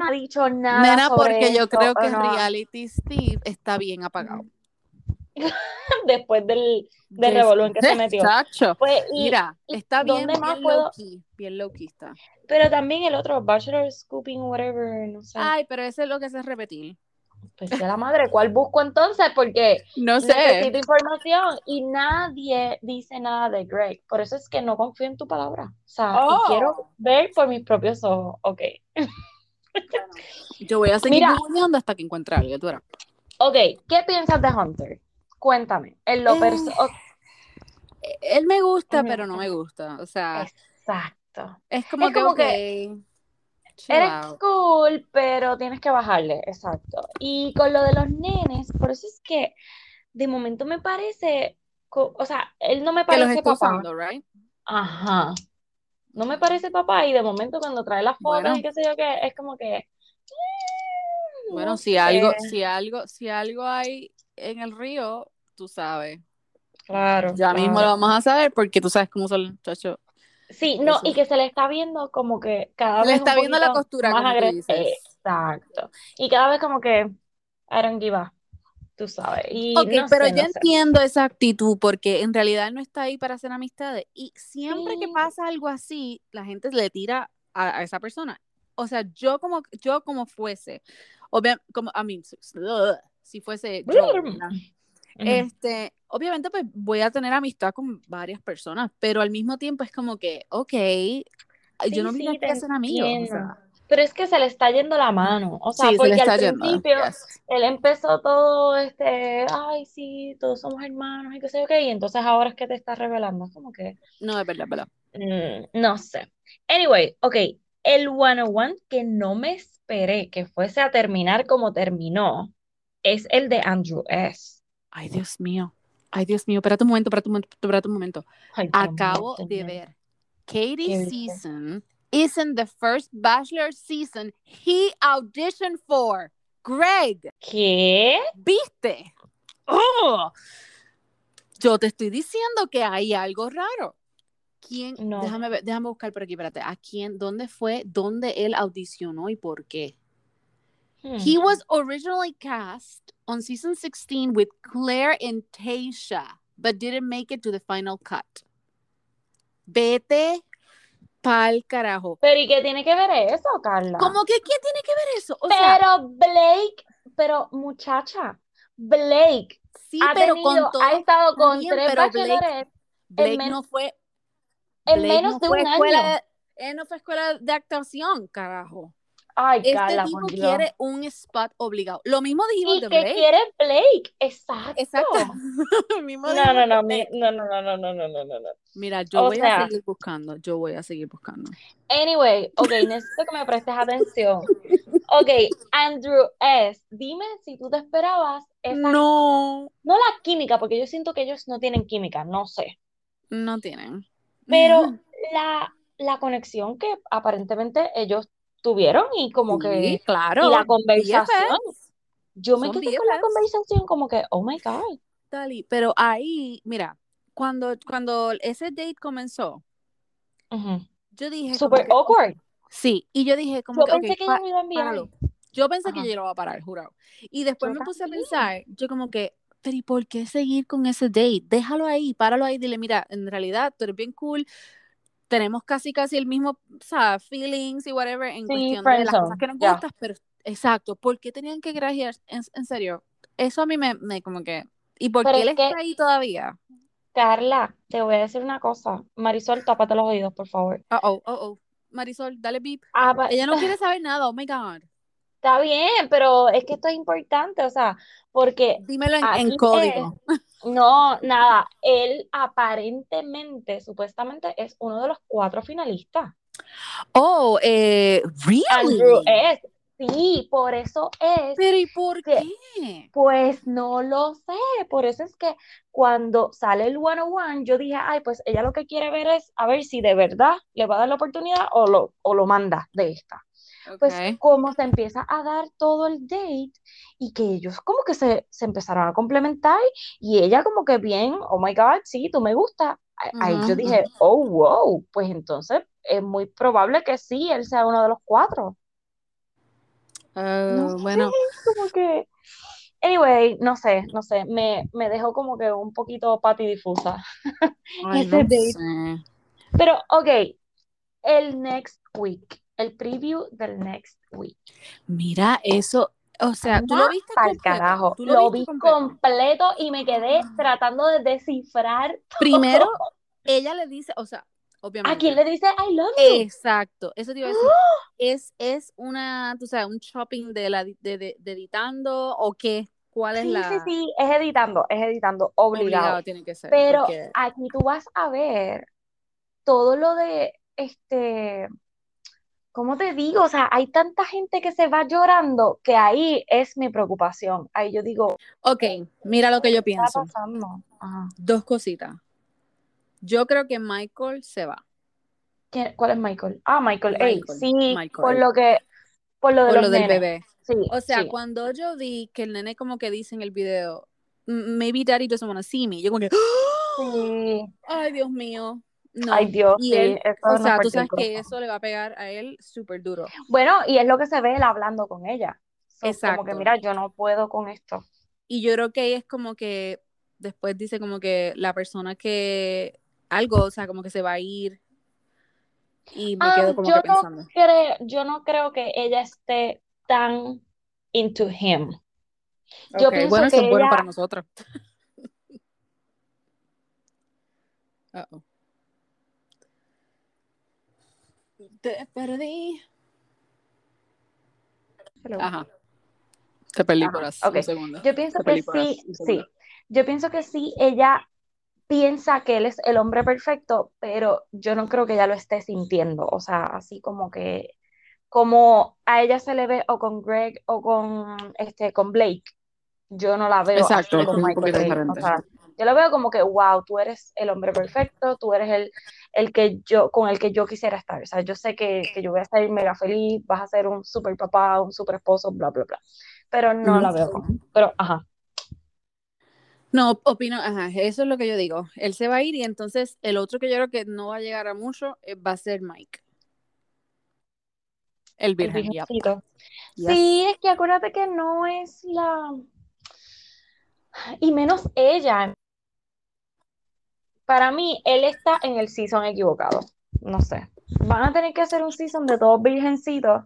no ha dicho nada? Nena, sobre porque esto, yo creo que no? reality Steve está bien apagado. [LAUGHS] Después del, Mm, del revolón que se metió. Chacho. Pues, y, Mira, está bien, bien, más puedo... low key, bien low key está. Pero también el otro, Bachelor Scooping, whatever, no sé. Ay, pero ese es lo que se es repetir Ah, pues ya la madre, ¿cuál busco entonces? Porque no sé. necesito información y nadie dice nada de Greg. Por eso es que no confío en tu palabra. O sea, oh. y quiero ver por mis propios ojos. Ok. Bueno, yo voy a seguir buscando hasta que encuentre algo. Tú eras. ok, ¿qué piensas de Hunter? Cuéntame. En lo eh, E-, él me gusta, pero no me gusta. O sea, exacto. Es como es que. Como okay. que Eres cool, pero tienes que bajarle, exacto. Y con lo de los nenes, por eso es que de momento me parece, o sea, él no me parece que los papá. Usando, right? Ajá. No me parece papá y de momento cuando trae las fotos bueno. y qué sé yo qué, es como que no Bueno, Eh. si sé. algo, si algo, si algo hay en el río, tú sabes. Claro. Ya claro. mismo lo vamos a saber porque tú sabes cómo son los muchachos. Sí, no, y que se le está viendo como que cada vez. Le está viendo la costura, más como tú dices. Exacto. Y cada vez como que Aaron Giva, tú sabes. Y ok, no pero sé, yo no sé. entiendo esa actitud porque en realidad él no está ahí para hacer amistades. Y siempre Sí. que pasa algo así, la gente le tira a, a esa persona. O sea, yo como, yo como fuese, obviamente, como, a I mí, mean, si fuese yo, ¿verdad? Este, obviamente, pues voy a tener amistad con varias personas, pero al mismo tiempo es como que, ok, Sí, yo no vine sí, aquí te a ser amigos. o entiendo. sea, pero es que se le está yendo la mano. O sea, sí, porque se le está al yendo. principio yes. él empezó todo este, ay, sí, todos somos hermanos y qué sé yo qué, y entonces ahora es que te está revelando, como que... No, es verdad, es verdad. Mm, no sé. Anyway, ok, el 101 que no me esperé que fuese a terminar como terminó es el de Andrew S. Ay, Dios mío. Ay, Dios mío, espérate un momento, espérate un momento, espérate un momento. Ay, Acabo Dios, de ver. Katie Season isn't the first Bachelor season he auditioned for. Greg. ¿Qué? ¿Viste? Oh, yo te estoy diciendo que hay algo raro. ¿Quién? No. Déjame, ver, déjame buscar por aquí, espérate. ¿A quién? ¿Dónde fue? ¿Dónde él audicionó y por qué? Hmm. He was originally cast on season 16 with Claire and Tasha, but didn't make it to the final cut. Vete pal carajo. Pero ¿y qué tiene que ver eso, Carla? ¿Cómo que qué tiene que ver eso? O pero sea, Blake, pero muchacha, Blake. Sí, ha pero tenido, con todo, ha estado con bien, tres pero Blake, Blake menos, no fue en menos no de un escuela, año. Él no fue escuela de actuación, carajo. Ay, este Carla, tipo quiere un spot obligado. Lo mismo dijimos ¿Y de que Blake. quiere Blake, exacto. Exacto. [LAUGHS] no, no, no, mi, no, no, no, no, no, no, no, Mira, yo o voy sea... a seguir buscando, yo voy a seguir buscando. Anyway, ok, necesito que me prestes [LAUGHS] atención. Ok, Andrew S., dime si tú te esperabas esa... No. No la química, porque yo siento que ellos no tienen química, no sé. No tienen. Pero mm. la, la conexión que aparentemente ellos tuvieron y como sí, que claro y la conversación BFS. yo me Son quedé BFS. con la conversación como que oh my god Dali, pero ahí mira cuando cuando ese date comenzó uh -huh. yo dije super que, awkward sí y yo dije como yo que, pensé okay, que ella me iba a enviar yo pensé Ajá. que yo lo iba a parar jurado y después yo me puse también. a pensar yo como que pero ¿y por qué seguir con ese date? Déjalo ahí, páralo ahí, dile, mira, en realidad tú eres bien cool, tenemos casi casi el mismo o sea, feelings y whatever en sí, cuestión de las cosas que nos yeah. gustan, pero exacto, ¿por qué tenían que grajear? En, en, serio, eso a mí me, me como que ¿y por pero qué él es está que, ahí todavía? Carla, te voy a decir una cosa. Marisol, tápate los oídos, por favor. Oh, oh, oh, oh. Marisol, dale beep. Ah, Ella no quiere saber nada, oh my God. Está bien, pero es que esto es importante, o sea, porque... Dímelo en, en código. Es, no, nada, él aparentemente, supuestamente, es uno de los cuatro finalistas. Oh, eh, really? Andrew es, sí, por eso es. Pero ¿y por que, qué? Pues no lo sé, por eso es que cuando sale el 101, yo dije, ay, pues ella lo que quiere ver es a ver si de verdad le va a dar la oportunidad o lo, o lo manda de esta pues okay. como se empieza a dar todo el date y que ellos como que se, se, empezaron a complementar y ella como que bien, oh my god, sí, tú me gusta. Uh -huh. Ahí yo dije, oh, wow, pues entonces es muy probable que sí, él sea uno de los cuatro. [LAUGHS] Uh, no sé, bueno. Como que... Anyway, no sé, no sé, me, me dejó como que un poquito patidifusa. Ay, no sé. Pero, ok, el next week el preview del next week. Mira, eso, o sea, tú lo viste al Ah, carajo. ¿Tú lo, lo viste vi completo? completo? y me quedé tratando de descifrar. Todo. [LAUGHS] Primero, ella le dice, o sea, obviamente. ¿A [GASPS] quién le dice I love you? Exacto, eso te iba a [GASPS] decir. ¡Oh! Es, es una, tú sabes, un shopping de, la, de, de, de editando o qué. ¿Cuál es sí, la...? Sí, sí, es editando, es editando, obligado. obligado tiene que ser. Pero porque... aquí tú vas a ver todo lo de, este, ¿cómo te digo? O sea, hay tanta gente que se va llorando que ahí es mi preocupación. Ahí yo digo. Ok, mira lo que yo pienso. Está pasando? Ajá. Dos cositas. Yo creo que Michael se va. ¿Cuál es Michael? Ah, Michael, Michael Ey, sí, Michael. por lo que, por lo, de por lo los del nenes. bebé. Sí, o sea, sí. cuando yo vi que el nene como que dice en el video, maybe daddy doesn't want to see me, yo como que, [GASPS] sí. ay Dios mío, no. Ay, Dios, y sí, él, eso o no sea, fue tú sabes rico. que eso le va a pegar a él súper duro. Bueno, y es lo que se ve él hablando con ella. So, Exacto. Como que, mira, yo no puedo con esto. Y yo creo que ahí es como que después dice como que la persona que algo, o sea, como que se va a ir. Y me Ah, quedo como yo, que no pensando. creo, yo no creo que ella esté tan into him. Yo Ok, pienso bueno, eso que es bueno ella- para [LAUGHS] nosotros. Uh-oh. Te perdí. Hello. Ajá. Te perdí por okay. un segundo. Yo pienso que sí, sí. Yo pienso que sí, ella piensa que él es el hombre perfecto, pero yo no creo que ella lo esté sintiendo. O sea, así como que, como a ella se le ve o con Greg o con este, con Blake. Yo no la veo. Exacto, así como Michael Blake, o sea, yo la veo como que, wow, tú eres el hombre perfecto, tú eres el, el que yo, con el que yo quisiera estar. O sea, yo sé que, que yo voy a estar mega feliz, vas a ser un super papá, un super esposo, bla, bla, bla. Pero no mm. la veo como, pero ajá. No, opino, ajá, eso es lo que yo digo. Él se va a ir y entonces el otro que yo creo que no va a llegar a mucho eh, va a ser Mike. El virgen. El sí, es que acuérdate que no es la... Y menos ella. Para mí, él está en el season equivocado. No sé. Van a tener que hacer un season de todos virgencitos.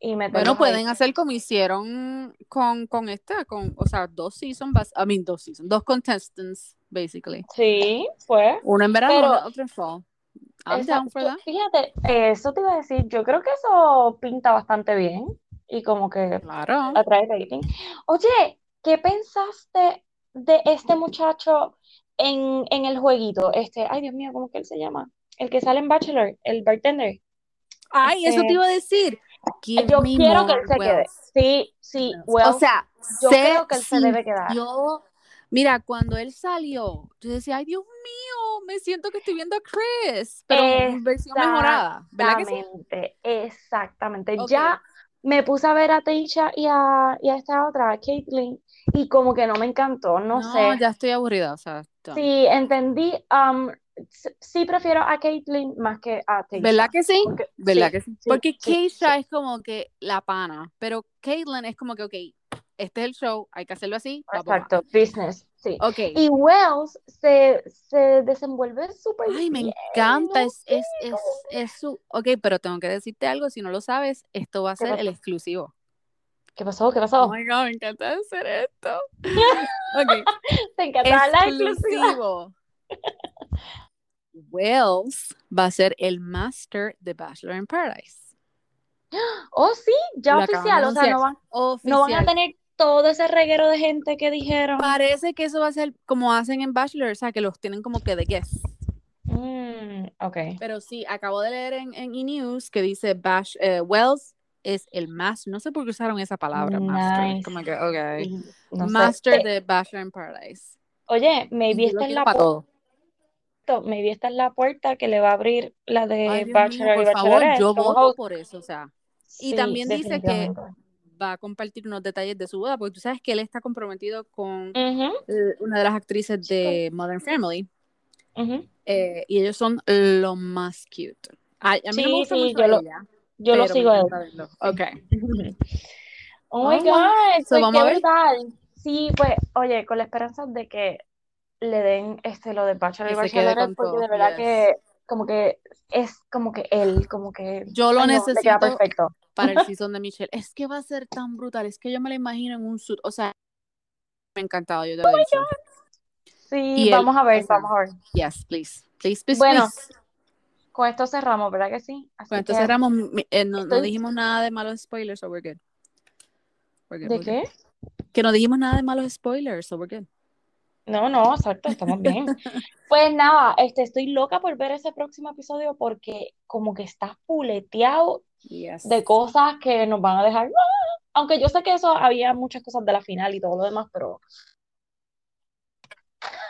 Y me bueno, pueden ahí. hacer como hicieron con, con esta, con, o sea, dos seasons, I mean, dos seasons, dos contestants, basically. Sí, pues. Uno en verano, pero, otro en fall. I'm esa, down for that. Fíjate, eso te iba a decir, yo creo que eso pinta bastante bien y como que claro. atrae rating. Oye, ¿qué pensaste de este muchacho en, en el jueguito? Este, ay Dios mío, ¿cómo que él se llama? El que sale en Bachelor, el bartender. Ay, este, eso te iba a decir. Give yo quiero que él se quede. Sí, sí, Wells. O sea, yo se creo que él se debe quedar. Yo, mira, cuando él salió, yo decía, ay, Dios mío, me siento que estoy viendo a Chris, pero en versión mejorada. ¿Verdad que sí? Exactamente, okay. Ya me puse a ver a Teisha y a, y a esta otra, a Caitlyn, y como que no me encantó, no, no sé. ya estoy aburrida, o sea. Done. Sí, entendí. Um, sí prefiero a Caitlyn más que a Taylor. ¿Verdad que sí? Porque, ¿Verdad sí, que sí? Porque sí, Keisha sí, es como que la pana, pero Caitlyn es como que, ok, este es el show, hay que hacerlo así. Exacto, business, sí. Okay. Y Wells se, se desenvuelve súper Ay, me bien, encanta, no es, es, es, es, su... Ok, pero tengo que decirte algo, si no lo sabes, esto va a ser pasó? el exclusivo. ¿Qué pasó? ¿Qué pasó? Oh my God, me encanta hacer esto. ok. [LAUGHS] Te encanta la exclusivo. Wells va a ser el master de Bachelor in Paradise. Oh, sí, ya Lo oficial. O sea, no van, oficial. no van, a tener todo ese reguero de gente que dijeron. Parece que eso va a ser como hacen en Bachelor, o sea, que los tienen como que de guest. Mm, ok. Pero sí, acabo de leer en, en E-News que dice Bash, eh, Wells es el master. No sé por qué usaron esa palabra, nice. master. Como que, okay. No master sé. de Bachelor in Paradise. Oye, maybe está en la. Para todo me vi esta es la puerta que le va a abrir la de Ay, Bachelor Oh, mío, por favor, yo como voto host. por eso, o sea. Y sí, también dice que va a compartir unos detalles de su boda, porque tú sabes que él está comprometido con uh -huh. una de las actrices de Modern Family. Uh -huh. eh, y ellos son lo más cute. Ay, a mí sí, no me gusta sí, mucho yo ella, lo, yo lo sigo a él. Ok. oh, my God, so, vamos a ver. Sí, pues, oye, con la esperanza de que le den este lo de Bachelor y Bachelorette porque todo. de verdad yes. que como que es como que él, como que yo lo ay, no, necesito queda perfecto. para [LAUGHS] el season de Michelle. Es que va a ser tan brutal, es que yo me la imagino en un suit, o sea, me ha encantado yo te lo oh he dicho. Sí, y vamos él, a ver, vamos a ver. Yes, please. Please, please, Bueno, please. con esto cerramos, ¿verdad que sí? Así con esto que... cerramos, eh, no, Estoy... no, dijimos nada de malos spoilers, so we're good. We're good ¿De we're qué? Good. Que no dijimos nada de malos spoilers, so we're good. No, no, exacto, estamos [LAUGHS] bien. pues nada, este, estoy loca por ver ese próximo episodio porque como que está puleteado yes. de cosas que nos van a dejar. ¡ah! Aunque yo sé que eso había muchas cosas de la final y todo lo demás, pero.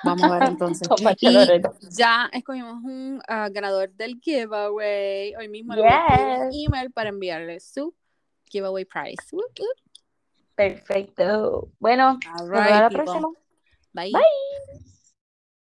Vamos a ver [LAUGHS] entonces. y ya escogimos un uh, ganador del giveaway. Hoy mismo le voy a un email para enviarle su giveaway prize. Uh, uh. Perfecto. Bueno, All right, nos vemos la people. próxima. Bye. Bye.